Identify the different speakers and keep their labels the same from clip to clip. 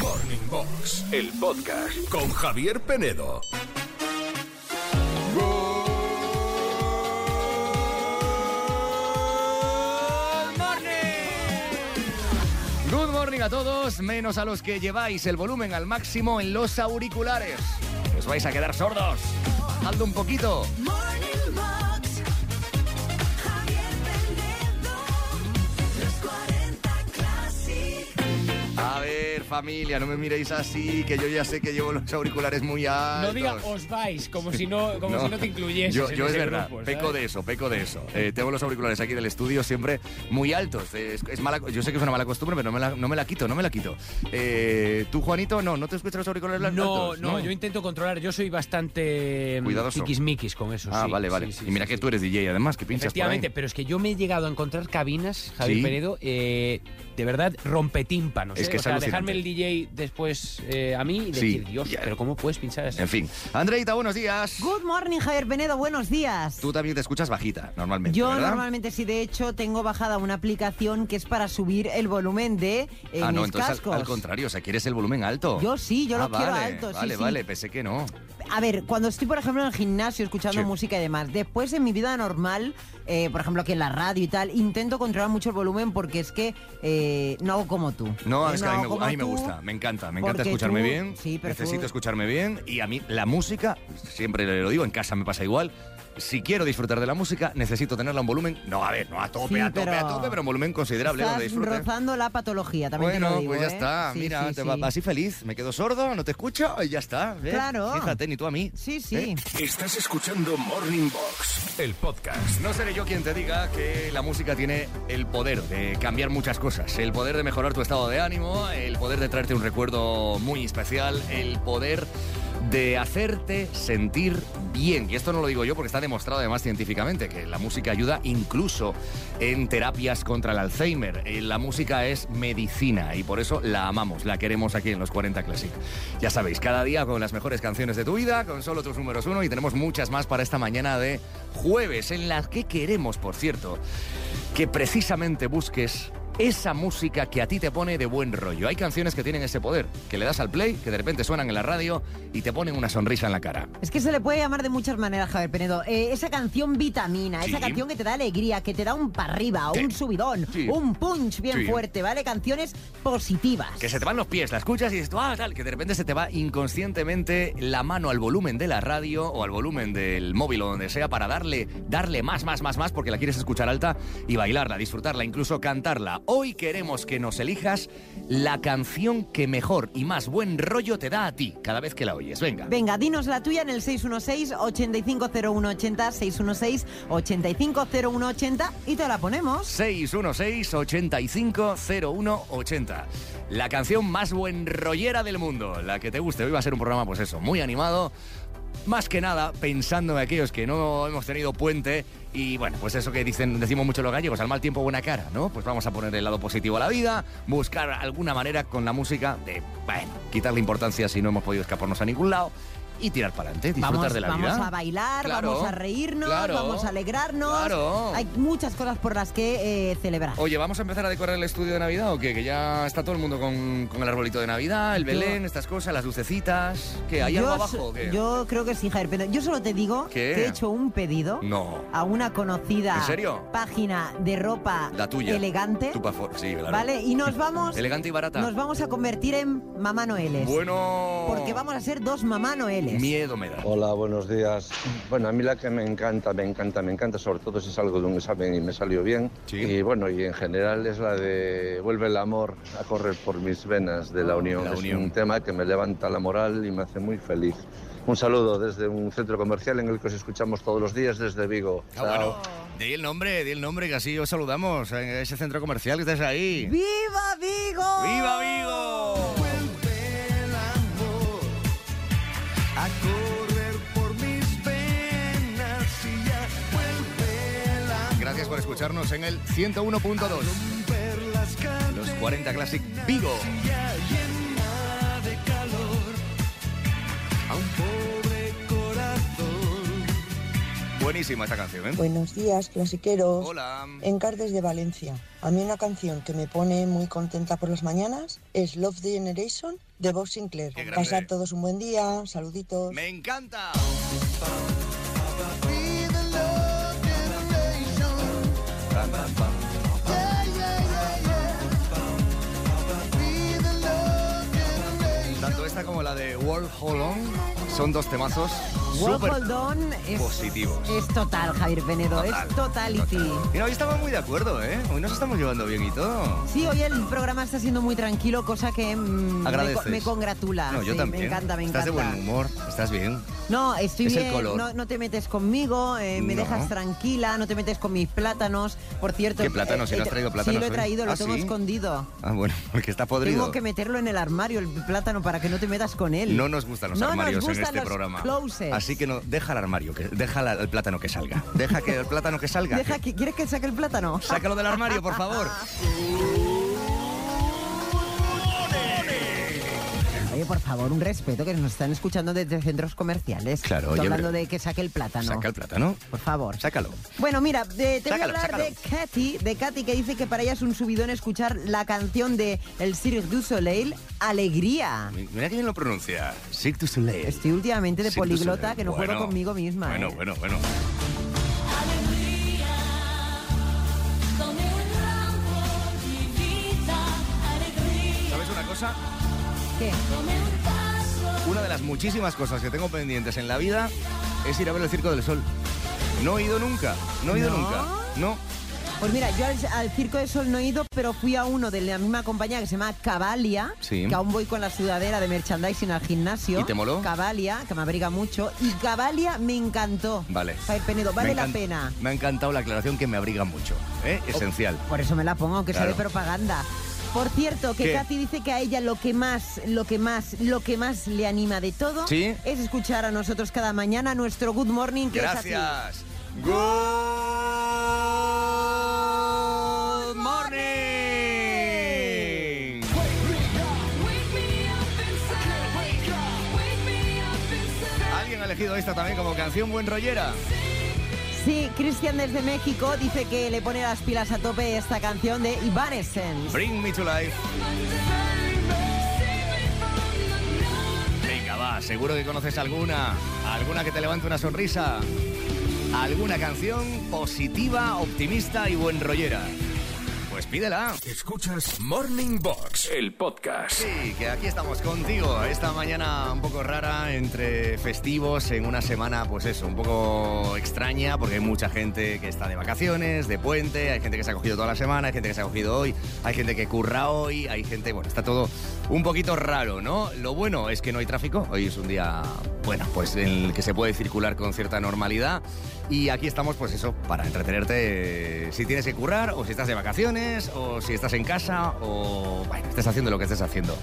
Speaker 1: Morning Box, el podcast con Javier Penedo.
Speaker 2: Good morning a todos, menos a los que lleváis el volumen al máximo en los auriculares. Os vais a quedar sordos. Aldo un poquito.
Speaker 3: Morning Box, Javier Penedo, los 40 Classic.
Speaker 2: A ver, familia, no me miréis así, que yo ya sé que llevo los auriculares muy altos.
Speaker 4: No diga os vais, como si no, como si no te incluyese.
Speaker 2: Yo, yo es verdad, peco de eso, peco de eso. Eh, tengo los auriculares aquí del estudio siempre muy altos. Eh, Es, es mala, yo sé que es una mala costumbre, pero no me la, no me la quito, no me la quito. Eh, ¿Tú, Juanito, no? ¿No te escuchas los auriculares
Speaker 4: No, no,
Speaker 2: altos?
Speaker 4: yo intento controlar. Yo soy bastante mm,
Speaker 2: Cuidadoso.
Speaker 4: tiquismiquis con eso.
Speaker 2: Ah,
Speaker 4: Pues sí,
Speaker 2: vale, vale.
Speaker 4: sí, sí,
Speaker 2: y mira
Speaker 4: sí,
Speaker 2: que
Speaker 4: sí.
Speaker 2: tú eres DJ, además, que pinchas por ahí.
Speaker 4: Efectivamente, pero es que yo me he llegado a encontrar cabinas, Javier
Speaker 2: Sí.
Speaker 4: Penedo, eh, de verdad rompetímpanos.
Speaker 2: Es
Speaker 4: eh.
Speaker 2: que
Speaker 4: o
Speaker 2: es
Speaker 4: sea,
Speaker 2: alucinante.
Speaker 4: dejarme el DJ después eh, a mí y
Speaker 2: Sí,
Speaker 4: decir, Dios,
Speaker 2: ya.
Speaker 4: pero ¿cómo puedes pinchar así?
Speaker 2: En fin. Andreita, buenos días.
Speaker 5: Good morning, Javier Penedo, buenos días.
Speaker 2: Tú también te escuchas bajita, normalmente.
Speaker 5: Yo
Speaker 2: ¿verdad?
Speaker 5: normalmente sí, de hecho, tengo bajada una aplicación que es para subir el volumen de eh,
Speaker 2: Ah, no,
Speaker 5: mis
Speaker 2: entonces al-
Speaker 5: cascos.
Speaker 2: al, contrario, o sea, quieres el volumen alto.
Speaker 5: Yo sí, yo
Speaker 2: Ah,
Speaker 5: lo quiero
Speaker 2: vale,
Speaker 5: alto, sí,
Speaker 2: Vale,
Speaker 5: sí.
Speaker 2: vale, pensé que no.
Speaker 5: A ver, cuando estoy, por ejemplo, en el gimnasio escuchando
Speaker 2: Sí.
Speaker 5: música y demás, después en mi vida normal, eh, por ejemplo, aquí en la radio y tal, intento controlar mucho el volumen porque es que eh, no hago como tú.
Speaker 2: No,
Speaker 5: Eh,
Speaker 2: es que a mí,
Speaker 5: hago
Speaker 2: me, gu-
Speaker 5: como
Speaker 2: a mí me
Speaker 5: tú,
Speaker 2: gusta, me encanta, me encanta
Speaker 5: porque
Speaker 2: escucharme
Speaker 5: tú-
Speaker 2: bien,
Speaker 5: Sí, pero tú-
Speaker 2: necesito escucharme bien y a mí la música, siempre lo digo, en casa me pasa igual, si quiero disfrutar de la música necesito tenerla a un volumen, no, a ver, no a tope,
Speaker 5: Sí,
Speaker 2: a tope, a
Speaker 5: pero-
Speaker 2: tope, pero un volumen considerable donde
Speaker 5: Estás
Speaker 2: disfrute.
Speaker 5: rozando la patología, también
Speaker 2: bueno,
Speaker 5: te lo digo,
Speaker 2: pues ya
Speaker 5: ¿eh?
Speaker 2: está,
Speaker 5: Sí,
Speaker 2: mira,
Speaker 5: sí,
Speaker 2: te
Speaker 5: sí.
Speaker 2: va- así feliz, me quedo sordo, no te escucho y ya está. ¿eh?
Speaker 5: Claro.
Speaker 2: Fíjate, ni tú a mí.
Speaker 5: Sí, sí.
Speaker 2: ¿eh?
Speaker 1: Estás escuchando Morning Box, el podcast.
Speaker 2: No seré yo quien te diga que la música tiene el poder de cambiar muchas cosas, el poder de mejorar tu estado de ánimo, el poder de traerte un recuerdo muy especial, el poder de hacerte sentir bien. Y esto no lo digo yo porque está demostrado además científicamente que la música ayuda incluso en terapias contra el Alzheimer. Eh, La música es medicina y por eso la amamos, la queremos aquí en los 40 Classic. Ya sabéis, cada día con las mejores canciones de tu vida, con solo tus números uno y tenemos muchas más para esta mañana de jueves, en las que queremos, por cierto, que precisamente busques esa música que a ti te pone de buen rollo. Hay canciones que tienen ese poder, que le das al play, que de repente suenan en la radio y te ponen una sonrisa en la cara.
Speaker 5: Es que se le puede llamar de muchas maneras, Javier Penedo. Eh, esa canción vitamina,
Speaker 2: Sí.
Speaker 5: esa canción que te da alegría, que te da un para arriba,
Speaker 2: Sí.
Speaker 5: un subidón,
Speaker 2: Sí.
Speaker 5: un punch bien
Speaker 2: Sí.
Speaker 5: fuerte, ¿vale? Canciones positivas.
Speaker 2: Que se te van los pies, la escuchas y dices, tú, ah, tal, que de repente se te va inconscientemente la mano al volumen de la radio o al volumen del móvil o donde sea para darle, darle más, más, más, más, porque la quieres escuchar alta y bailarla, disfrutarla, incluso cantarla. Hoy queremos que nos elijas la canción que mejor y más buen rollo te da a ti cada vez que la oyes. Venga.
Speaker 5: Venga, dinos la tuya en el 616-850180, 616-850180 y te la ponemos.
Speaker 2: 616-850180. La canción más buen rollera del mundo, la que te guste. Hoy va a ser un programa, pues eso, muy animado. Más que nada pensando en aquellos que no hemos tenido puente y bueno, pues eso que dicen, decimos mucho los gallegos, al mal tiempo buena cara, ¿no? Pues vamos a poner el lado positivo a la vida, buscar alguna manera con la música de, bueno, quitarle importancia si no hemos podido escaparnos a ningún lado y tirar para adelante, disfrutar
Speaker 5: Vamos,
Speaker 2: de la
Speaker 5: vamos
Speaker 2: vida.
Speaker 5: a bailar,
Speaker 2: Claro,
Speaker 5: vamos a reírnos,
Speaker 2: claro,
Speaker 5: vamos a alegrarnos.
Speaker 2: claro.
Speaker 5: Hay muchas cosas por las que eh, celebrar.
Speaker 2: Oye, ¿vamos a empezar a decorar el estudio de Navidad o qué? Que ya está todo el mundo con, con el arbolito de Navidad, el
Speaker 5: Yo-
Speaker 2: Belén, estas cosas, las lucecitas. ¿Qué? ¿Hay algo
Speaker 5: yo,
Speaker 2: abajo
Speaker 5: so-
Speaker 2: o qué?
Speaker 5: yo creo que sí, Javier Penedo. Yo solo te digo
Speaker 2: ¿Qué?
Speaker 5: que he hecho un pedido.
Speaker 2: No.
Speaker 5: a una conocida
Speaker 2: ¿En serio?
Speaker 5: página de ropa
Speaker 2: La tuya.
Speaker 5: elegante,
Speaker 2: Tú pa' for- Sí, claro.
Speaker 5: ¿vale? Y nos vamos
Speaker 2: Elegante y barata.
Speaker 5: nos vamos a convertir en mamá noeles,
Speaker 2: Bueno.
Speaker 5: porque vamos a ser dos mamá noeles.
Speaker 2: Miedo me da.
Speaker 6: Hola, buenos días. Bueno, a mí la que me encanta, me encanta, me encanta, sobre todo si salgo de un examen y me salió bien.
Speaker 2: Sí.
Speaker 6: Y bueno, y en general es la de Vuelve el amor a correr por mis venas de la Unión.
Speaker 2: Ah, La
Speaker 6: es
Speaker 2: Unión.
Speaker 6: un tema que me levanta la moral y me hace muy feliz. Un saludo desde un centro comercial en el que os escuchamos todos los días desde Vigo.
Speaker 2: Ah, bueno. Di el nombre, di el nombre, que así os saludamos en ese centro comercial que estás ahí.
Speaker 5: ¡Viva Vigo!
Speaker 2: ¡Viva Vigo!
Speaker 7: a correr por mis venas y ya vuelve el amor
Speaker 2: Gracias por escucharnos en el 101.2.
Speaker 7: ver las cadenas
Speaker 2: Los 40 Classic Vigo.
Speaker 7: ya llena de calor a un pobre corazón
Speaker 2: Buen buenísima esta canción, ¿eh?
Speaker 8: Buenos días, clasiqueros.
Speaker 2: Hola.
Speaker 8: Encartes de Valencia. A mí una canción que me pone muy contenta por las mañanas es Love the Generation de Bob Sinclair.
Speaker 2: Qué grande.
Speaker 8: Pasar todos un buen día, saluditos.
Speaker 2: ¡Me encanta! Tanto esta como la de World Hold On son dos temazos
Speaker 5: World
Speaker 2: súper
Speaker 5: Hold On es,
Speaker 2: positivos.
Speaker 5: es total, Javier Penedo,
Speaker 2: Total,
Speaker 5: es totality.
Speaker 2: Mira, hoy estamos muy de acuerdo, ¿eh? Hoy nos estamos llevando bien y todo.
Speaker 5: Sí, hoy el programa está siendo muy tranquilo, cosa que mm, me,
Speaker 2: Agradeces.
Speaker 5: co- me congratula.
Speaker 2: No, yo
Speaker 5: sí,
Speaker 2: también.
Speaker 5: Me encanta, me
Speaker 2: Estás
Speaker 5: encanta.
Speaker 2: de buen humor, estás bien.
Speaker 5: No, estoy
Speaker 2: Es el
Speaker 5: bien,
Speaker 2: color.
Speaker 5: No, no te metes conmigo, eh, me
Speaker 2: No.
Speaker 5: dejas tranquila, no te metes con mis plátanos. Por cierto... eh,
Speaker 2: ¿Qué plátanos? Si no has traído
Speaker 5: Sí,
Speaker 2: plátanos
Speaker 5: lo he
Speaker 2: hoy.
Speaker 5: traído, lo
Speaker 2: Ah,
Speaker 5: tengo
Speaker 2: ¿sí?
Speaker 5: escondido.
Speaker 2: Ah, bueno, porque está podrido.
Speaker 5: Tengo que meterlo en el armario, el plátano, para que no te metas con él.
Speaker 2: No nos gustan los
Speaker 5: No nos
Speaker 2: armarios en
Speaker 5: gustan
Speaker 2: este
Speaker 5: los
Speaker 2: programa.
Speaker 5: closets.
Speaker 2: Así que no, deja el armario, que, deja la- el plátano que salga. Deja que el plátano que salga.
Speaker 5: Deja que- ¿Quieres que saque el plátano?
Speaker 2: Sácalo del armario, por favor.
Speaker 5: Oye, por favor, un respeto, que nos están escuchando desde centros comerciales.
Speaker 2: Claro,
Speaker 5: Estoy
Speaker 2: oye,
Speaker 5: hablando
Speaker 2: hombre.
Speaker 5: de que saque el plátano.
Speaker 2: Saca el plátano.
Speaker 5: Por favor.
Speaker 2: Sácalo.
Speaker 5: Bueno, mira, de- te
Speaker 2: Sácalo,
Speaker 5: voy a hablar
Speaker 2: sácalo.
Speaker 5: de Katy, de Katy que dice que para ella es un subidón escuchar la canción de El Cirque du Soleil, Alegría.
Speaker 2: Mira que bien lo pronuncia. Cirque du Soleil.
Speaker 5: Estoy últimamente de
Speaker 2: Cirque du
Speaker 5: poliglota
Speaker 2: Soleil.
Speaker 5: que no
Speaker 2: Bueno,
Speaker 5: juego conmigo misma.
Speaker 2: Bueno,
Speaker 5: ¿eh?
Speaker 2: bueno, bueno. ¿Sabes una cosa?
Speaker 5: ¿Qué?
Speaker 2: Una de las muchísimas cosas que tengo pendientes en la vida es ir a ver el Circo del Sol. No he ido nunca, no he ido
Speaker 5: ¿No?
Speaker 2: nunca. No,
Speaker 5: Pues mira, yo al, al Circo de Sol no he ido, pero fui a uno de la misma compañía que se llama Cavalia,
Speaker 2: Sí.
Speaker 5: que aún voy con la sudadera de merchandising al gimnasio.
Speaker 2: ¿Y te moló?
Speaker 5: Cavalia, que me abriga mucho. Y Cavalia me encantó.
Speaker 2: Vale.
Speaker 5: Javier Penedo,
Speaker 2: Me
Speaker 5: vale la
Speaker 2: encan-
Speaker 5: pena.
Speaker 2: Me ha encantado la aclaración que me abriga mucho. ¿eh? Esencial.
Speaker 5: Por eso me la pongo, aunque sea de
Speaker 2: Claro.
Speaker 5: propaganda. Por cierto, que
Speaker 2: ¿Qué?
Speaker 5: Katy dice que a ella lo que más, lo que más, lo que más le anima de todo
Speaker 2: ¿Sí?
Speaker 5: es escuchar a nosotros cada mañana nuestro Good Morning, que es así.
Speaker 2: Gracias. Good morning. Alguien ha elegido esta también como canción buen rollera.
Speaker 5: Sí, Cristian desde México dice que le pone las pilas a tope esta canción de Evanescence.
Speaker 2: Bring me to life. Venga, va, seguro que conoces alguna. Alguna que te levante una sonrisa. Alguna canción positiva, optimista y buen rollera. Pues pídela.
Speaker 1: Escuchas Morning Box, el podcast.
Speaker 2: Sí, que aquí estamos contigo. Esta mañana un poco rara, entre festivos, en una semana, pues eso, un poco extraña, porque hay mucha gente que está de vacaciones, de puente, hay gente que se ha cogido toda la semana, hay gente que se ha cogido hoy, hay gente que curra hoy, hay gente, bueno, está todo un poquito raro, ¿no? Lo bueno es que no hay tráfico, hoy es un día, bueno, pues en el que se puede circular con cierta normalidad. Y aquí estamos, pues eso, para entretenerte eh, si tienes que currar, o si estás de vacaciones, o si estás en casa, o bueno, estés haciendo lo que estés haciendo.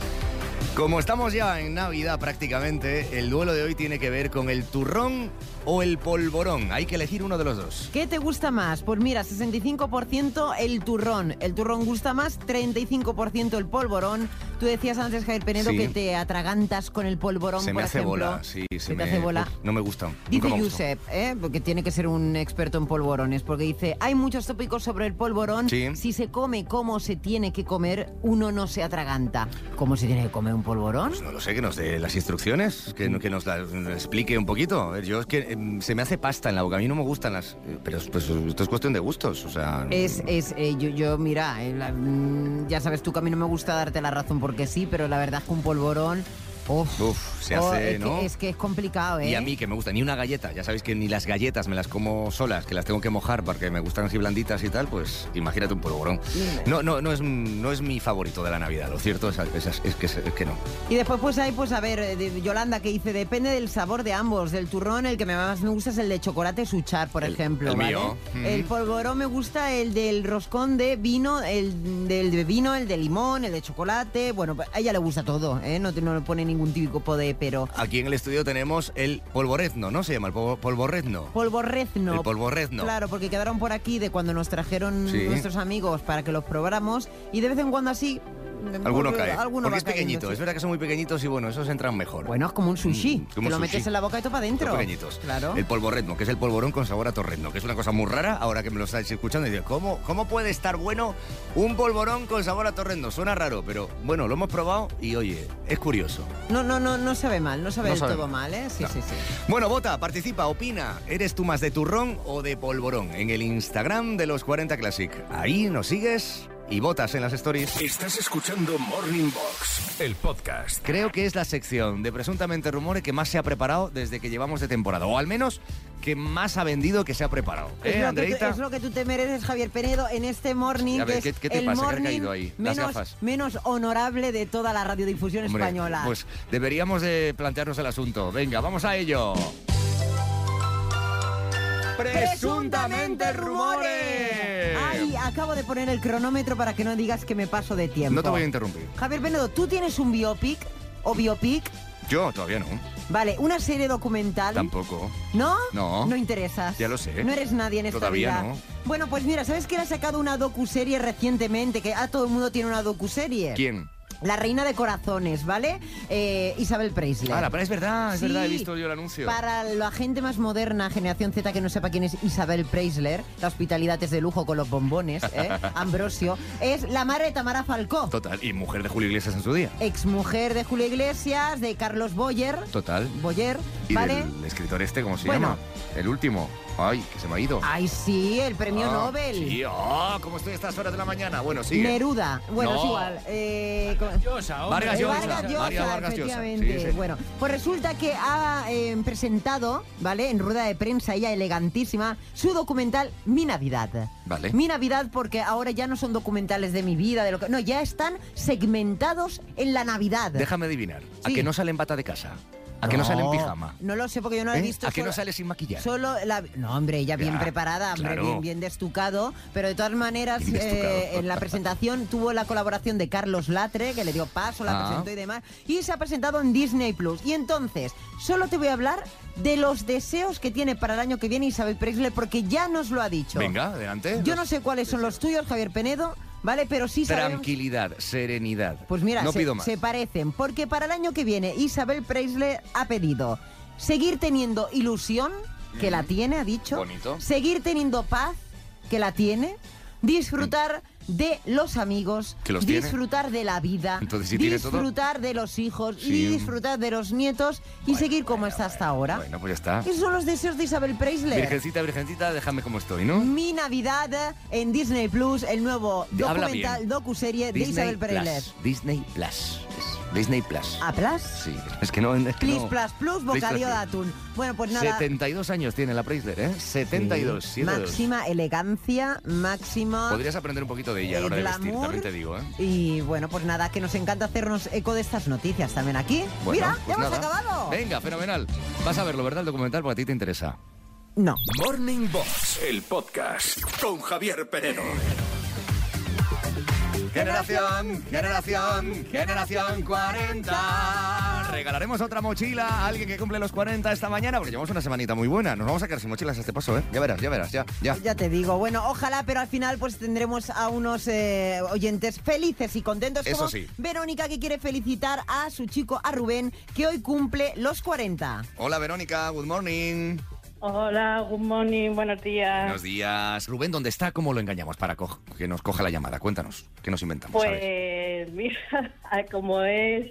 Speaker 2: Como estamos ya en Navidad prácticamente, el duelo de hoy tiene que ver con el turrón o el polvorón. Hay que elegir uno de los dos.
Speaker 5: ¿Qué te gusta más? Pues mira, 65% el turrón. El turrón gusta más, 35% el polvorón. Tú decías antes, Javier Penedo,
Speaker 2: Sí.
Speaker 5: que te atragantas con el polvorón,
Speaker 2: se me
Speaker 5: por
Speaker 2: hace
Speaker 5: ejemplo.
Speaker 2: bola, sí, se
Speaker 5: te
Speaker 2: me
Speaker 5: hace bola.
Speaker 2: Uf, no me gusta. nunca
Speaker 5: Dice
Speaker 2: me gustó.
Speaker 5: Josep, ¿eh? porque tiene que ser un experto en polvorones, porque dice, hay muchos tópicos sobre el polvorón.
Speaker 2: Sí.
Speaker 5: Si se come como se tiene que comer, uno no se atraganta. ¿Cómo se tiene que comer un polvorón?
Speaker 2: Pues no lo sé, que nos dé las instrucciones, que, no- que nos las nos explique un poquito. A ver, yo es que em, se me hace pasta en la boca, a mí no me gustan las... eh, Pero es- pues, esto es cuestión de gustos, o sea...
Speaker 5: Es, es, eh, yo, yo, mira, eh, la- mm, ya sabes tú que a mí no me gusta darte la razón porque sí, pero la verdad es que un polvorón, uf,
Speaker 2: Uf, se
Speaker 5: oh,
Speaker 2: hace,
Speaker 5: es,
Speaker 2: ¿no?
Speaker 5: que, es que es complicado, ¿eh?
Speaker 2: Y a mí que me gusta, ni una galleta, ya sabéis que ni las galletas me las como solas, que las tengo que mojar porque me gustan así blanditas y tal, pues imagínate un polvorón. No, no, no es, no es mi favorito de la Navidad, lo cierto es, es- es- es que, es que no.
Speaker 5: Y después pues hay, pues a ver, eh, de- Yolanda que dice, depende del sabor de ambos, del turrón, el que me- más me gusta es el de chocolate suchar, por
Speaker 2: El-
Speaker 5: ejemplo.
Speaker 2: el
Speaker 5: ¿vale?
Speaker 2: mío. Ujú.
Speaker 5: El polvorón me gusta el del roscón de vino, el del de vino, el de limón, el de chocolate, bueno, a ella le gusta todo, ¿eh? No, te- no le pone ningún típico de pero.
Speaker 2: Aquí en el estudio tenemos el polvorezno, ¿no? Se llama el polvo- polvorezno.
Speaker 5: Polvorrezno.
Speaker 2: El polvorrezno.
Speaker 5: Claro, porque quedaron por aquí de cuando nos trajeron
Speaker 2: Sí.
Speaker 5: nuestros amigos para que los probáramos y de vez en cuando así
Speaker 2: Alguno
Speaker 5: Porque
Speaker 2: cae.
Speaker 5: alguno
Speaker 2: Porque
Speaker 5: va
Speaker 2: es
Speaker 5: cayendo,
Speaker 2: pequeñito.
Speaker 5: sí.
Speaker 2: Es verdad que son muy pequeñitos y bueno, esos entran mejor.
Speaker 5: Bueno, es como un sushi.
Speaker 2: Mm, como
Speaker 5: Te lo
Speaker 2: sushi.
Speaker 5: metes en la boca y todo para
Speaker 2: Son
Speaker 5: adentro.
Speaker 2: pequeñitos.
Speaker 5: Claro.
Speaker 2: El polvorretmo, que es el polvorón con sabor a torretno, que es una cosa muy rara. Ahora que me lo estáis escuchando, y dices, ¿cómo, ¿cómo puede estar bueno un polvorón con sabor a torretno? Suena raro, pero bueno, lo hemos probado y oye, es curioso.
Speaker 5: No, no, no, no sabe mal, no sabe
Speaker 2: No
Speaker 5: del
Speaker 2: sabe
Speaker 5: todo
Speaker 2: mal.
Speaker 5: mal, ¿eh? Sí,
Speaker 2: No.
Speaker 5: sí, sí.
Speaker 2: Bueno, vota, participa, opina. ¿Eres tú más de turrón o de polvorón? En el Instagram de los 40 Classic. Ahí nos sigues y votas en las stories.
Speaker 1: Estás escuchando Morning Box, el podcast.
Speaker 2: Creo que es la sección de presuntamente rumores que más se ha preparado desde que llevamos de temporada, o al menos que más ha vendido que se ha preparado. ¿Eh,
Speaker 5: es, lo que tú,
Speaker 2: Andreita?
Speaker 5: es lo que tú te mereces, Javier Penedo, en este morning.
Speaker 2: A ver,
Speaker 5: que es
Speaker 2: ¿qué- qué te
Speaker 5: el
Speaker 2: pasa? ¿Qué ha
Speaker 5: morning
Speaker 2: caído ahí? Las
Speaker 5: Menos,
Speaker 2: gafas.
Speaker 5: menos honorable de toda la radiodifusión
Speaker 2: Hombre,
Speaker 5: española.
Speaker 2: Pues deberíamos de plantearnos el asunto. Venga, vamos a ello.
Speaker 5: Presuntamente rumores. Ay, acabo de poner el cronómetro para que no digas que me paso de tiempo.
Speaker 2: No te voy a interrumpir.
Speaker 5: Javier Penedo, ¿tú tienes un biopic o biopic?
Speaker 2: Yo todavía no.
Speaker 5: Vale, una serie documental.
Speaker 2: Tampoco.
Speaker 5: ¿No?
Speaker 2: No.
Speaker 5: No interesas.
Speaker 2: Ya lo sé.
Speaker 5: No eres nadie en esta
Speaker 2: Todavía
Speaker 5: vida.
Speaker 2: no.
Speaker 5: Bueno, pues mira, ¿sabes quién ha sacado una docuserie recientemente? Que a todo el mundo tiene una docuserie.
Speaker 2: ¿Quién?
Speaker 5: La Reina de Corazones, ¿vale? Eh, Isabel Preisler.
Speaker 2: Ah, la- pero es verdad, es
Speaker 5: Sí.
Speaker 2: verdad, he visto yo el anuncio.
Speaker 5: Para la gente más moderna, generación Z, que no sepa quién es Isabel Preisler, la hospitalidad es de lujo con los bombones, ¿eh? Ambrosio, es la madre de Tamara Falcó,
Speaker 2: Total, y mujer de Julio Iglesias en su día.
Speaker 5: exmujer de Julio Iglesias, de Carlos Boyer,
Speaker 2: Total.
Speaker 5: Boyer,
Speaker 2: Y
Speaker 5: ¿vale?
Speaker 2: del escritor este, ¿cómo se
Speaker 5: Bueno.
Speaker 2: llama? El último. Ay, que se me ha ido.
Speaker 5: Ay, sí, el premio
Speaker 2: Ah,
Speaker 5: Nobel.
Speaker 2: Sí, ah, ¿cómo estoy a estas horas de la mañana? Bueno, sigue.
Speaker 5: Neruda. Bueno,
Speaker 2: No.
Speaker 5: es igual. Eh, con-
Speaker 4: Llosa, hombre.
Speaker 2: Vargas
Speaker 5: Eh,
Speaker 2: Llosa.
Speaker 5: Vargas Llosa,
Speaker 2: María Vargas Llosa.
Speaker 5: efectivamente.
Speaker 2: Sí, sí.
Speaker 5: Bueno, pues resulta que ha eh, presentado, ¿vale? En rueda de prensa, ella elegantísima, su documental Mi Navidad.
Speaker 2: Vale.
Speaker 5: Mi Navidad porque ahora ya no son documentales de mi vida, de lo que... No, ya están segmentados en la Navidad.
Speaker 2: Déjame adivinar. ¿A
Speaker 5: Sí.
Speaker 2: que no sale en bata de casa? ¿A que no
Speaker 5: No.
Speaker 2: sale en pijama?
Speaker 5: No lo sé porque yo no la he
Speaker 2: ¿Eh?
Speaker 5: visto.
Speaker 2: ¿A que no
Speaker 5: solo-
Speaker 2: sale sin maquillar?
Speaker 5: Solo la... No, hombre, ella bien
Speaker 2: Ya,
Speaker 5: preparada, hombre,
Speaker 2: claro.
Speaker 5: bien, bien destucado. Pero de todas maneras,
Speaker 2: Bien destucado.
Speaker 5: eh, en la presentación tuvo la colaboración de Carlos Latre, que le dio paso, la
Speaker 2: Ah.
Speaker 5: presentó y demás. Y se ha presentado en Disney Plus. Y entonces, solo te voy a hablar de los deseos que tiene para el año que viene Isabel Presley, porque ya nos lo ha dicho.
Speaker 2: Venga, adelante.
Speaker 5: Yo no sé cuáles son los tuyos, Javier Penedo, ¿vale? Pero sí sabemos...
Speaker 2: Tranquilidad, serenidad.
Speaker 5: Pues mira,
Speaker 2: no
Speaker 5: se,
Speaker 2: pido más.
Speaker 5: se parecen, porque para el año que viene Isabel Preisler ha pedido seguir teniendo ilusión, que la tiene, ha dicho,
Speaker 2: Mm. Bonito.
Speaker 5: seguir teniendo paz, que la tiene, disfrutar de los amigos,
Speaker 2: Mm. Que los tiene.
Speaker 5: disfrutar de la vida,
Speaker 2: Entonces, si tiene todo-
Speaker 5: disfrutar de los hijos
Speaker 2: Sí.
Speaker 5: y disfrutar de los nietos y seguir como está hasta ahora.
Speaker 2: Bueno, pues ya está.
Speaker 5: Esos son los deseos de Isabel Preisler.
Speaker 2: Virgencita, virgencita, déjame como estoy, ¿no?
Speaker 5: Mi Navidad en Disney Plus, el nuevo
Speaker 2: De- habla bien.
Speaker 5: documental, docuserie de Isabel Preisler.
Speaker 2: Plus. Disney Plus. Es Disney Plus.
Speaker 5: ¿A Plus?
Speaker 2: Sí, es que no. Es que
Speaker 5: Plis,
Speaker 2: no.
Speaker 5: plas, plus, bocadillo
Speaker 2: plus.
Speaker 5: de atún. Bueno, pues nada.
Speaker 2: 72 años tiene la Preisler, ¿eh? 72. siete dos.
Speaker 5: Máxima elegancia, máxima...
Speaker 2: Podrías aprender un poquito de ella a la hora de
Speaker 5: eh,
Speaker 2: vestir,
Speaker 5: glamour.
Speaker 2: también te digo, ¿eh?
Speaker 5: Y bueno, pues nada, que nos encanta hacernos eco de estas noticias también aquí.
Speaker 2: Bueno,
Speaker 5: Mira,
Speaker 2: pues
Speaker 5: ya hemos
Speaker 2: nada.
Speaker 5: acabado.
Speaker 2: Venga, fenomenal. Vas a verlo, ¿verdad? El documental, porque a ti te interesa.
Speaker 5: No.
Speaker 1: Morning Box, el podcast con Javier Penedo.
Speaker 2: Generación, generación, generación 40. Regalaremos otra mochila a alguien que cumple los 40 esta mañana, porque llevamos una semanita muy buena. Nos vamos a quedar sin mochilas a este paso, ¿eh? Ya verás, ya verás, ya, ya.
Speaker 5: Ya te digo, bueno, ojalá, pero al final pues tendremos a unos eh, oyentes felices y contentos.
Speaker 2: Eso
Speaker 5: como
Speaker 2: sí.
Speaker 5: Verónica que quiere felicitar a su chico, a Rubén, que hoy cumple los 40.
Speaker 2: Hola Verónica, good morning.
Speaker 9: Hola, good morning, buenos días.
Speaker 2: Buenos días. Rubén, ¿dónde está? ¿Cómo lo engañamos para co- que nos coja la llamada? Cuéntanos, ¿qué nos inventamos? A ver.
Speaker 9: Pues mira, como es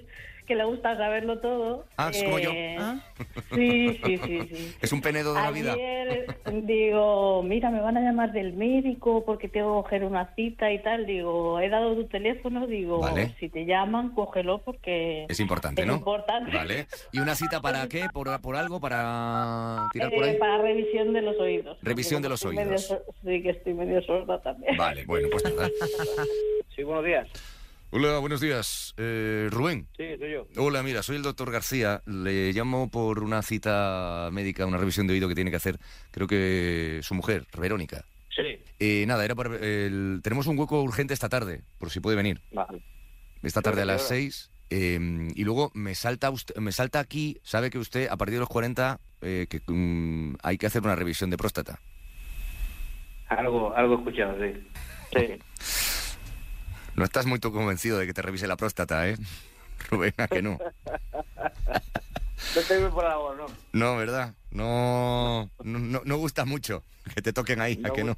Speaker 9: que le gusta saberlo todo. Eh,
Speaker 2: Ah, es como yo.
Speaker 5: Ah.
Speaker 9: Sí, sí, sí, sí.
Speaker 2: Es un penedo de la vida.
Speaker 9: Pues Ayer digo, mira, me van a llamar del médico porque tengo que coger una cita y tal. Digo, he dado tu teléfono, digo,
Speaker 2: Vale.
Speaker 9: si te llaman, cógelo porque...
Speaker 2: Es importante,
Speaker 9: Es
Speaker 2: ¿no?
Speaker 9: importante.
Speaker 2: Vale. ¿Y una cita para qué? ¿Por, por algo? ¿Para tirar por
Speaker 9: Eh,
Speaker 2: ahí?
Speaker 9: para revisión de los oídos.
Speaker 2: Revisión de los
Speaker 9: Estoy medio
Speaker 2: oídos.
Speaker 9: sor- sí, que estoy medio sorda también.
Speaker 2: Vale, bueno, pues nada.
Speaker 10: Sí, buenos días.
Speaker 2: Hola, buenos días. Eh, Rubén.
Speaker 10: Sí, soy yo.
Speaker 2: Hola, mira, soy el doctor García. Le llamo por una cita médica, una revisión de oído que tiene que hacer, creo que su mujer, Verónica.
Speaker 10: Sí.
Speaker 2: Eh, nada, era para... el- tenemos un hueco urgente esta tarde, por si puede venir.
Speaker 10: Vale.
Speaker 2: Esta tarde a
Speaker 10: Vale,
Speaker 2: las
Speaker 10: vale.
Speaker 2: 6. y luego me salta, usted- me salta aquí, sabe que usted a partir de los 40 eh, que, mm, hay que hacer una revisión de próstata.
Speaker 10: Algo, algo he escuchado, sí. Sí.
Speaker 2: No estás muy tú convencido de que te revise la próstata, ¿eh? Rubén, ¿a que no?
Speaker 10: No te voy por la voz, no.
Speaker 2: No, ¿verdad? No, no, no- no gusta mucho que te toquen ahí, ¿a
Speaker 10: No
Speaker 2: que no?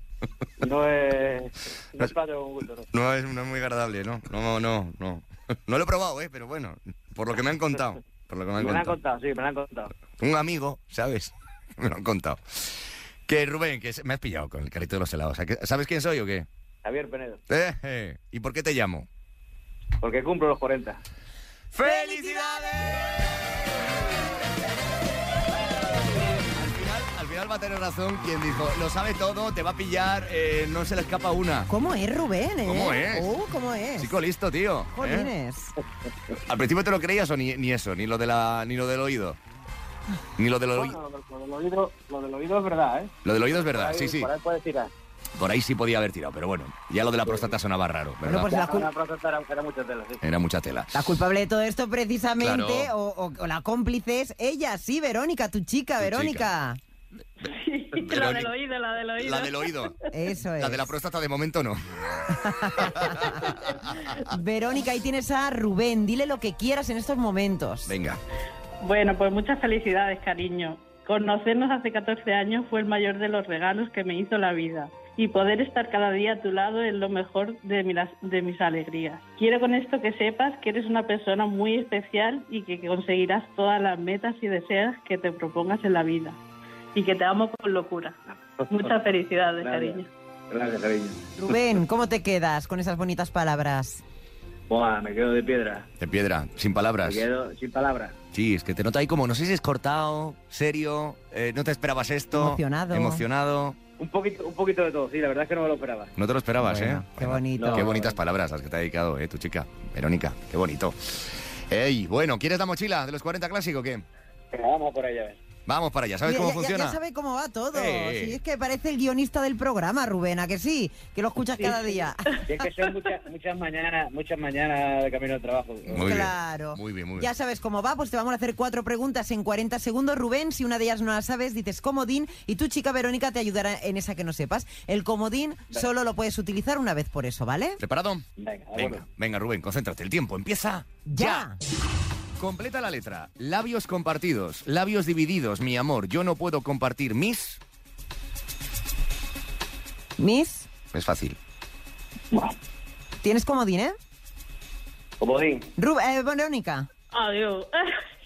Speaker 10: No es. No es plato con gusto, no.
Speaker 2: No es, no es muy agradable, ¿no? No, no, no. No lo he probado, ¿eh? Pero bueno, por lo que me han contado. Por lo que me
Speaker 10: Me
Speaker 2: han
Speaker 10: lo han
Speaker 2: contado.
Speaker 10: contado, sí, me lo han contado.
Speaker 2: Un amigo, ¿sabes? Me lo han contado. Que Rubén, que se- me has pillado con el carrito de los helados. ¿A que- ¿Sabes quién soy o qué?
Speaker 10: Javier Penedo,
Speaker 2: Eh, eh, ¿Y por qué te llamo?
Speaker 10: porque cumplo los 40.
Speaker 2: ¡Felicidades! Al final, al final va a tener razón quien dijo, lo sabe todo, te va a pillar, eh, no se le escapa una.
Speaker 5: ¿Cómo es Rubén, eh?
Speaker 2: ¿Cómo es?
Speaker 5: Oh, ¿Cómo es?
Speaker 2: Chico listo, tío. ¿eh?
Speaker 5: Jolines.
Speaker 2: Al principio te lo creías o ni, ni eso, ni lo de la, ni lo del oído. Ni lo del oído.
Speaker 10: Bueno, lo, del oído, lo del oído es verdad, ¿eh?
Speaker 2: Lo del oído es verdad,
Speaker 10: Ahí-
Speaker 2: Ah, sí, sí.
Speaker 10: Por ahí puedes tirar.
Speaker 2: Por ahí sí podía haber tirado, pero bueno, ya lo de la próstata sonaba raro, ¿verdad?
Speaker 5: pues
Speaker 10: la una próstata era, era mucha tela, sí.
Speaker 2: Era mucha tela.
Speaker 5: La culpable de todo esto precisamente,
Speaker 2: Claro.
Speaker 5: o, o- o la cómplice es ella, sí, Verónica, tu chica, Verónica.
Speaker 9: La del oído, la del oído.
Speaker 2: La del oído.
Speaker 5: Eso es.
Speaker 2: La
Speaker 10: Pues.
Speaker 2: de la próstata de momento no. Ah.
Speaker 5: Verónica, ahí tienes a Rubén, dile lo que quieras en estos momentos.
Speaker 2: Venga.
Speaker 9: Bueno, pues muchas felicidades, cariño. Conocernos hace 14 años fue el mayor de los regalos que me hizo la vida. Y poder estar cada día a tu lado es lo mejor de, mi- las- de mis alegrías. Quiero con esto que sepas que eres una persona muy especial y que conseguirás todas las metas y deseos que te propongas en la vida. Y que te amo con locura. Muchas felicidades,
Speaker 10: Gracias.
Speaker 9: cariño.
Speaker 10: Gracias, cariño.
Speaker 5: Rubén, ¿cómo te quedas con esas bonitas palabras?
Speaker 10: Buah, me quedo de piedra.
Speaker 2: De piedra, sin
Speaker 10: Me
Speaker 2: palabras.
Speaker 10: quedo sin palabras.
Speaker 2: Sí, es que te nota ahí como, no sé si es cortado, serio, eh, no te esperabas esto.
Speaker 5: Emocionado.
Speaker 2: Emocionado.
Speaker 10: Un poquito, un poquito de todo, sí, la verdad es que no me lo esperaba.
Speaker 2: No te lo esperabas,
Speaker 5: Bueno,
Speaker 2: ¿eh?
Speaker 5: Qué bonito.
Speaker 2: Qué bonitas palabras las que te ha dedicado, ¿eh? Tu chica, Verónica. Qué bonito. Ey, bueno, ¿quieres la mochila de los 40 clásicos o qué?
Speaker 10: Pero vamos por allá, a ver.
Speaker 2: Vamos para allá, ¿sabes
Speaker 5: Ya-
Speaker 2: cómo
Speaker 5: ya- ya-
Speaker 2: funciona?
Speaker 5: Ya, sabe cómo va todo.
Speaker 2: Eh, eh.
Speaker 5: Sí, es que parece el guionista del programa, Rubén, ¿a que sí? Que lo escuchas cada día.
Speaker 10: Si es que son muchas, muchas mañanas, muchas mañanas de camino al trabajo.
Speaker 2: Muy bien,
Speaker 5: claro.
Speaker 2: Muy bien, muy bien.
Speaker 5: Ya sabes cómo va, pues te vamos a hacer cuatro preguntas en 40 segundos, Rubén. Si una de ellas no la sabes, dices comodín y tu chica Verónica te ayudará en esa que no sepas. El comodín solo lo puedes utilizar una vez por eso, ¿vale?
Speaker 2: ¿Preparado?
Speaker 10: Venga, de
Speaker 2: Venga,
Speaker 10: acuerdo.
Speaker 2: venga, Rubén, concéntrate. El tiempo empieza
Speaker 5: ¡Ya!
Speaker 2: Completa la letra. Labios compartidos, labios divididos, mi amor. Yo no puedo compartir mis.
Speaker 5: Miss,
Speaker 2: Es fácil.
Speaker 5: ¿tienes comodín, eh?
Speaker 10: Comodín.
Speaker 5: Ru- eh, Verónica.
Speaker 9: Adiós.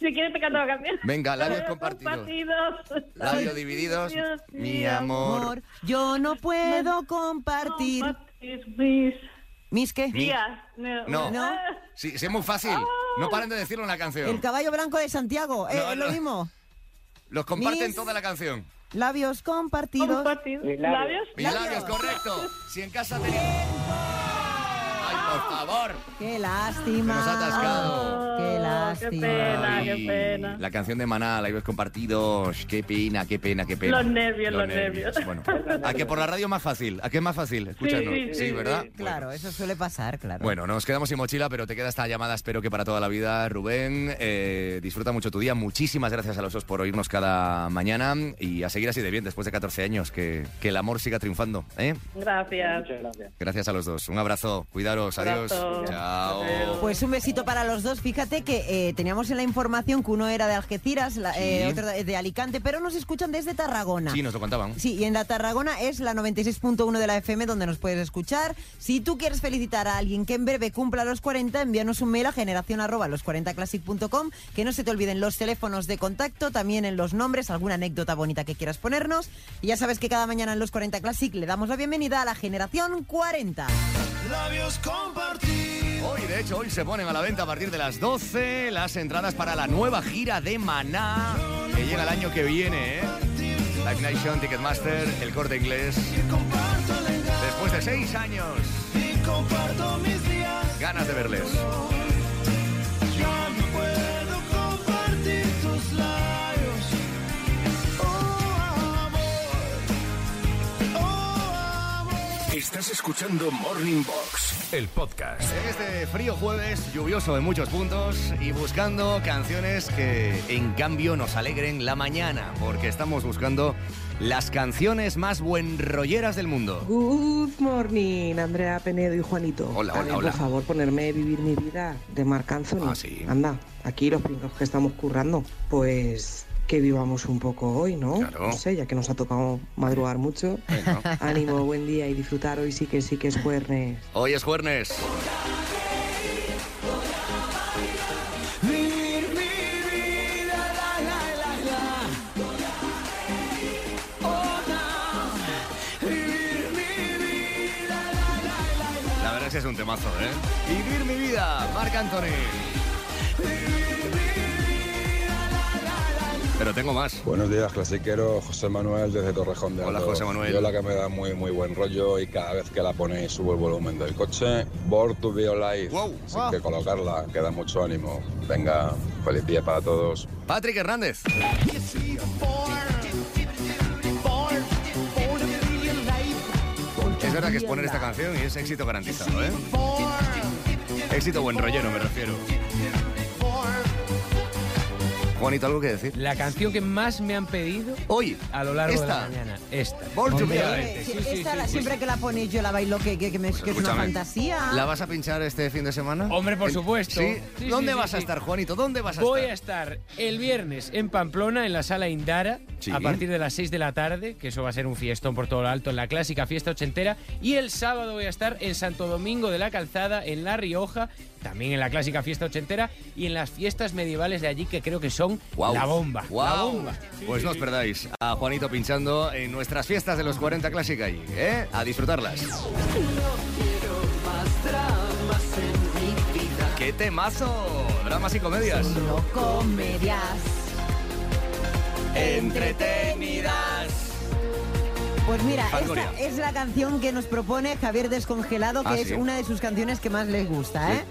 Speaker 9: Si quieres, te canto la canción.
Speaker 2: Venga, labios
Speaker 9: Labios
Speaker 2: compartidos.
Speaker 9: compartidos.
Speaker 2: Labios divididos,
Speaker 9: Dios
Speaker 2: mi
Speaker 9: mío.
Speaker 2: amor.
Speaker 5: Yo no puedo compartir.
Speaker 9: Compartir mis
Speaker 5: ¿Miss qué?
Speaker 2: Mi-
Speaker 9: Días, no. Ah,
Speaker 2: No.
Speaker 5: No.
Speaker 2: Sí, sí, es muy fácil. No paran de decirlo en la
Speaker 5: El
Speaker 2: canción.
Speaker 5: caballo blanco de Santiago. eh,
Speaker 2: No,
Speaker 5: es
Speaker 2: no.
Speaker 5: lo mismo.
Speaker 2: Los comparten
Speaker 5: mis-
Speaker 2: toda la canción.
Speaker 5: Labios compartidos.
Speaker 9: Compartido.
Speaker 10: Mis
Speaker 9: Labios.
Speaker 10: labios.
Speaker 2: Mis
Speaker 5: Labios.
Speaker 2: labios, correcto. Si en casa tenemos. ¡Ay, por favor!
Speaker 5: Qué lástima.
Speaker 2: Se nos ha atascado.
Speaker 5: Qué
Speaker 9: Oh, qué
Speaker 5: lástima.
Speaker 9: pena. Ay, qué pena.
Speaker 2: La canción de Maná, la habéis compartido. Sh, Qué pena, qué pena, qué pena.
Speaker 9: Los nervios, los nervios.
Speaker 2: Bueno, a que por la radio más fácil. ¿A qué es más fácil? Escucharnos.
Speaker 9: sí, sí,
Speaker 2: ¿verdad?
Speaker 9: sí.
Speaker 5: Claro, eso suele pasar, claro.
Speaker 2: Bueno, nos quedamos sin mochila, pero te queda esta llamada, espero que para toda la vida, Rubén. Eh, disfruta mucho tu día. Muchísimas gracias a los dos por oírnos cada mañana y a seguir así de bien después de 14 años. Que, que el amor siga triunfando. ¿eh?
Speaker 9: Gracias.
Speaker 10: Muchas gracias.
Speaker 2: Gracias a los dos. Un abrazo. Cuidaros. Adiós.
Speaker 9: Abrazo.
Speaker 2: Chao.
Speaker 9: Adiós.
Speaker 5: Pues un besito para los dos. Fíjate que eh, teníamos en la información que uno era de Algeciras, la- eh,
Speaker 2: Sí.
Speaker 5: otro de de Alicante, pero nos escuchan desde Tarragona.
Speaker 2: Sí, nos lo contaban.
Speaker 5: Sí, y en la Tarragona es la 96.1 de la FM donde nos puedes escuchar. Si tú quieres felicitar a alguien que en breve cumpla los 40, envíanos un mail a generación arroba los40classic.com. Que no se te olviden los teléfonos de contacto, también en los nombres, alguna anécdota bonita que quieras ponernos. Y ya sabes que cada mañana en los 40 Classic le damos la bienvenida a la generación 40.
Speaker 7: Labios compartidos.
Speaker 2: Hoy, de hecho, hoy se ponen a la venta a partir de las 12 las entradas para la nueva gira de Maná, que llega el año que viene, ¿eh? Live Nation, Ticketmaster, el corte inglés. Después de seis años,
Speaker 7: Comparto mis días.
Speaker 2: ganas de verles.
Speaker 7: Yo no puedo compartir tus labios. Oh, amor. Oh, amor.
Speaker 1: Estás escuchando Morning Box, el podcast.
Speaker 2: En este frío jueves, lluvioso en muchos puntos y buscando canciones que en cambio nos alegren la mañana, porque estamos buscando las canciones más buenrolleras del mundo.
Speaker 11: Good morning, Andrea Penedo y Juanito.
Speaker 2: Hola,
Speaker 11: A
Speaker 2: hola,
Speaker 11: ver,
Speaker 2: hola. Ah,
Speaker 11: Por favor, ponerme Vivir mi vida de Marc Anthony. Anda, aquí los pringos que estamos currando, pues que vivamos un poco hoy, ¿no? No sé, ya que nos ha tocado madrugar mucho. Ánimo, buen día y disfrutar hoy sí que sí que es jueves.
Speaker 2: Hoy es Juernes.
Speaker 7: Vivir mi vida, la, la, la, la. Oh, no. Vivir mi vida, la, la, la, la.
Speaker 2: La verdad es que es un temazo, ¿eh? Vivir mi vida, Marc Anthony. Pero tengo más.
Speaker 12: Buenos días, clasiquero. José Manuel desde Torrejón de
Speaker 2: Hola,
Speaker 12: Ardoz.
Speaker 2: José Manuel.
Speaker 12: Yo la que me da muy, muy buen rollo y cada vez que la ponéis subo el volumen del coche. Born to be alive.
Speaker 2: Ah.
Speaker 12: Sin que colocarla, que da mucho ánimo. Venga, feliz día para todos.
Speaker 2: Patrick Hernández. Es verdad que es poner esta canción y es éxito garantizado, ¿eh? Éxito buen rollero, me refiero. Juanito, ¿algo que decir?
Speaker 4: La canción que más me han pedido
Speaker 2: hoy
Speaker 4: a lo largo de
Speaker 2: esta.
Speaker 4: la mañana. Esta.
Speaker 2: Born to be
Speaker 4: Obviamente.
Speaker 2: alive.
Speaker 4: Sí,
Speaker 5: Sí,
Speaker 4: sí,
Speaker 5: esta
Speaker 4: sí,
Speaker 5: la-
Speaker 4: sí.
Speaker 5: siempre que la ponéis yo la bailo que, que, que me- que es una
Speaker 2: escúchame.
Speaker 5: fantasía.
Speaker 2: ¿La vas a pinchar este fin de semana?
Speaker 4: Hombre, por supuesto.
Speaker 2: ¿Sí?
Speaker 4: Sí,
Speaker 2: ¿Dónde
Speaker 4: sí, sí,
Speaker 2: vas a
Speaker 4: sí.
Speaker 2: estar, Juanito? ¿Dónde vas a
Speaker 4: Voy a
Speaker 2: estar?
Speaker 4: estar el viernes en Pamplona, en la sala Indara,
Speaker 2: Sí.
Speaker 4: a partir de las 6 de la tarde, que eso va a ser un fiestón por todo lo alto, en la clásica fiesta ochentera. Y el sábado voy a estar en Santo Domingo de la Calzada, en La Rioja, también en la clásica fiesta ochentera, y en las fiestas medievales de allí, que creo que son
Speaker 2: Guau.
Speaker 4: la bomba. La
Speaker 2: Guau.
Speaker 4: bomba.
Speaker 2: Pues no os perdáis a Juanito pinchando en nuestras fiestas de los 40 Clásica allí, ¿eh? A disfrutarlas.
Speaker 7: Más dramas en mi vida.
Speaker 2: ¡Qué temazo! Dramas y comedias.
Speaker 5: Comedias.
Speaker 2: Entretenidas.
Speaker 5: Pues mira,
Speaker 2: Fangoria.
Speaker 5: esta es la canción que nos propone Javier Descongelado, que
Speaker 2: Ah,
Speaker 5: es
Speaker 2: sí.
Speaker 5: una de sus canciones que más les gusta, ¿eh?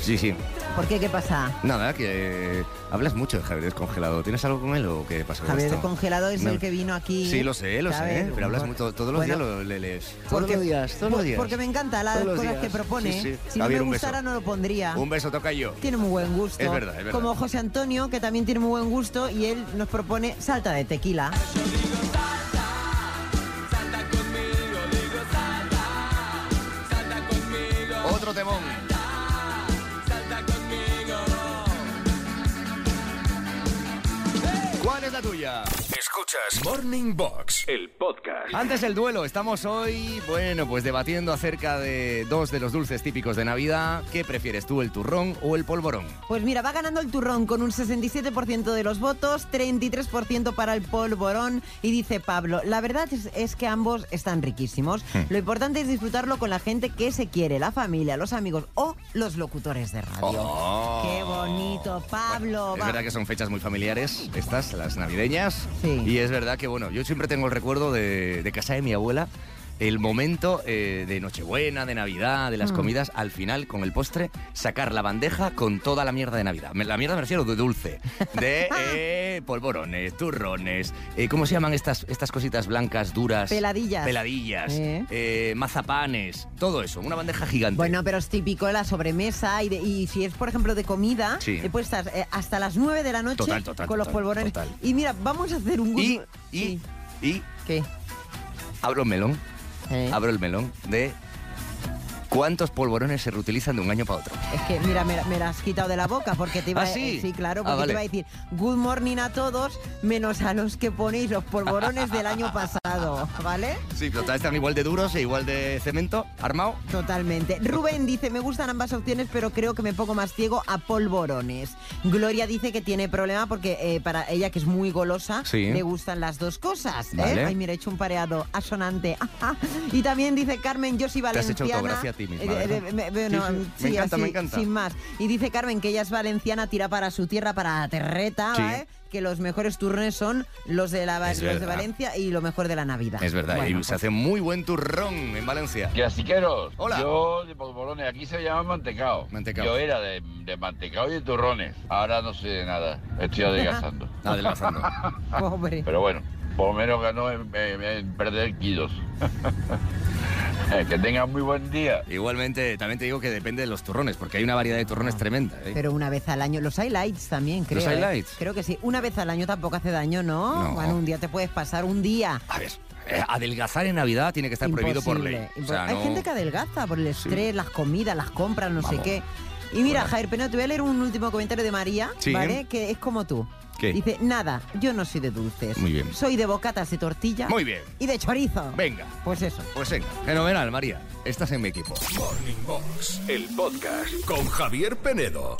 Speaker 2: Sí, sí.
Speaker 5: ¿Por qué? ¿Qué pasa?
Speaker 2: Nada, que hablas mucho de Javier Descongelado. ¿Tienes algo con él o qué pasa con
Speaker 5: Javier
Speaker 2: esto?
Speaker 5: Descongelado es
Speaker 2: No.
Speaker 5: el que vino aquí.
Speaker 2: Sí, lo sé, lo sé.
Speaker 5: ¿sabes?
Speaker 2: Pero hablas mucho, todos los
Speaker 5: Bueno,
Speaker 2: días lo le lees.
Speaker 5: Porque,
Speaker 2: todos los días, todos
Speaker 5: por-
Speaker 2: los días.
Speaker 5: Porque me encanta las
Speaker 2: Todos los
Speaker 5: cosas
Speaker 2: días.
Speaker 5: que propone. ¿eh?
Speaker 2: Sí, sí.
Speaker 5: Si
Speaker 2: Javier,
Speaker 5: no
Speaker 2: un
Speaker 5: me
Speaker 2: beso.
Speaker 5: gustara, no lo pondría.
Speaker 2: Un beso toca yo.
Speaker 5: Tiene muy buen gusto.
Speaker 2: Es verdad, es verdad.
Speaker 5: Como José Antonio, que también tiene muy buen gusto, y él nos propone Salta de Tequila.
Speaker 2: Otro temón. ¿Cuál es la tuya?
Speaker 1: Escuchas Morning Box, el podcast.
Speaker 2: Antes del duelo, estamos hoy, bueno, pues debatiendo acerca de dos de los dulces típicos de Navidad. ¿Qué prefieres tú, el turrón o el polvorón?
Speaker 5: Pues mira, va ganando el turrón con un 67% de los votos, 33% para el polvorón y dice Pablo, la verdad es, es que ambos están riquísimos.
Speaker 2: Hmm.
Speaker 5: Lo importante es disfrutarlo con la gente que se quiere, la familia, los amigos o los locutores de radio.
Speaker 2: Oh.
Speaker 5: ¡Qué bonito, Pablo!
Speaker 2: Es
Speaker 5: va.
Speaker 2: verdad que son fechas muy familiares, estas, las navideñas.
Speaker 5: Sí.
Speaker 2: Y es verdad que, bueno, yo siempre tengo el recuerdo de, de casa de mi abuela, el momento eh, de Nochebuena, de Navidad, de las
Speaker 5: Mm.
Speaker 2: comidas, al final, con el postre, sacar la bandeja con toda la mierda de Navidad. Me- La mierda me refiero de dulce, de eh, polvorones, turrones, eh, ¿cómo se llaman estas, estas cositas blancas, duras?
Speaker 5: Peladillas.
Speaker 2: Peladillas,
Speaker 5: Eh.
Speaker 2: eh, mazapanes, todo eso, una bandeja gigante.
Speaker 5: Bueno, pero es típico la sobremesa y, de- y si es, por ejemplo, de comida,
Speaker 2: Sí.
Speaker 5: eh, pues estás eh, hasta las 9 de la noche
Speaker 2: Total, total,
Speaker 5: con los
Speaker 2: total,
Speaker 5: polvorones.
Speaker 2: total.
Speaker 5: Y mira, vamos a hacer un
Speaker 2: y,
Speaker 5: gusto.
Speaker 2: y, y
Speaker 5: ¿Qué?
Speaker 2: abro el melón.
Speaker 5: Eh,
Speaker 2: abro el melón de cuántos polvorones se reutilizan de un año para otro.
Speaker 5: Es que, mira, me, la- me la has quitado de la boca porque te iba,
Speaker 2: ¿Ah,
Speaker 5: a-
Speaker 2: sí?
Speaker 5: eh, claro,
Speaker 2: Ah,
Speaker 5: porque
Speaker 2: vale.
Speaker 5: te iba a decir good morning a todos, menos a los que ponéis los polvorones del año pasado, ¿vale?
Speaker 2: Sí, pero están igual de duros e igual de cemento, armado.
Speaker 5: Totalmente. Rubén dice, me gustan ambas opciones, pero creo que me pongo más ciego a polvorones. Gloria dice que tiene problema porque eh, para ella, que es muy golosa,
Speaker 2: Sí.
Speaker 5: le gustan las dos cosas. ¿eh?
Speaker 2: Vale.
Speaker 5: Ay, mira, he hecho un pareado asonante. y también dice Carmen, yo soy
Speaker 2: Te has
Speaker 5: valenciana.
Speaker 2: hecho autogracia a ti misma,
Speaker 5: Eh, eh,
Speaker 2: ¿verdad?
Speaker 5: me- bueno,
Speaker 2: Sí, sí. Me
Speaker 5: sí,
Speaker 2: encanta,
Speaker 5: así,
Speaker 2: me encanta.
Speaker 5: Sin más. Y dice Carmen que ella es valenciana, tira para su tierra, para Terreta,
Speaker 2: Sí.
Speaker 5: ¿eh? que los mejores turnes son los de, la,
Speaker 2: Es
Speaker 5: los de
Speaker 2: verdad.
Speaker 5: Valencia y lo mejor de la Navidad.
Speaker 2: Es verdad,
Speaker 5: Bueno, pues.
Speaker 2: y se hace muy buen turrón en Valencia.
Speaker 13: Clasiqueros,
Speaker 2: Hola.
Speaker 13: yo de polvorones, aquí se llama mantecao.
Speaker 2: Mantecao.
Speaker 13: Yo era de, de mantecao y de turrones. Ahora no sé de nada, estoy adelgazando.
Speaker 2: Adelgazando.
Speaker 5: pues, pobre.
Speaker 13: Pero bueno, por lo menos ganó en, en- en perder kilos. Eh, que tengas muy buen día.
Speaker 2: Igualmente, también te digo que depende de los turrones, porque hay una variedad de turrones tremenda. ¿eh?
Speaker 5: Ah. Pero una vez al año. Los highlights también, creo.
Speaker 2: ¿Los
Speaker 5: ¿eh?
Speaker 2: highlights?
Speaker 5: Creo que sí. Una vez al año tampoco hace daño, ¿no?
Speaker 2: No.
Speaker 5: Bueno, un día te puedes pasar, un día.
Speaker 2: A ver, eh, adelgazar en Navidad tiene que estar prohibido por ley.
Speaker 5: Imposible.
Speaker 2: O sea,
Speaker 5: Hay
Speaker 2: no-
Speaker 5: gente que adelgaza por el estrés, las comidas, las compras, no sé
Speaker 2: Vamos.
Speaker 5: qué. Y mira, Jair Peno, te voy a leer un último comentario de María,
Speaker 2: Sí.
Speaker 5: ¿vale? Que es como tú.
Speaker 2: ¿Qué?
Speaker 5: Dice, nada, yo no soy de dulces.
Speaker 2: Muy bien.
Speaker 5: Soy de bocatas de tortilla.
Speaker 2: Muy bien.
Speaker 5: Y de chorizo.
Speaker 2: Venga.
Speaker 5: Pues eso.
Speaker 2: Pues venga, fenomenal, María. Estás en mi equipo.
Speaker 1: Morning Box, el podcast con Javier Penedo.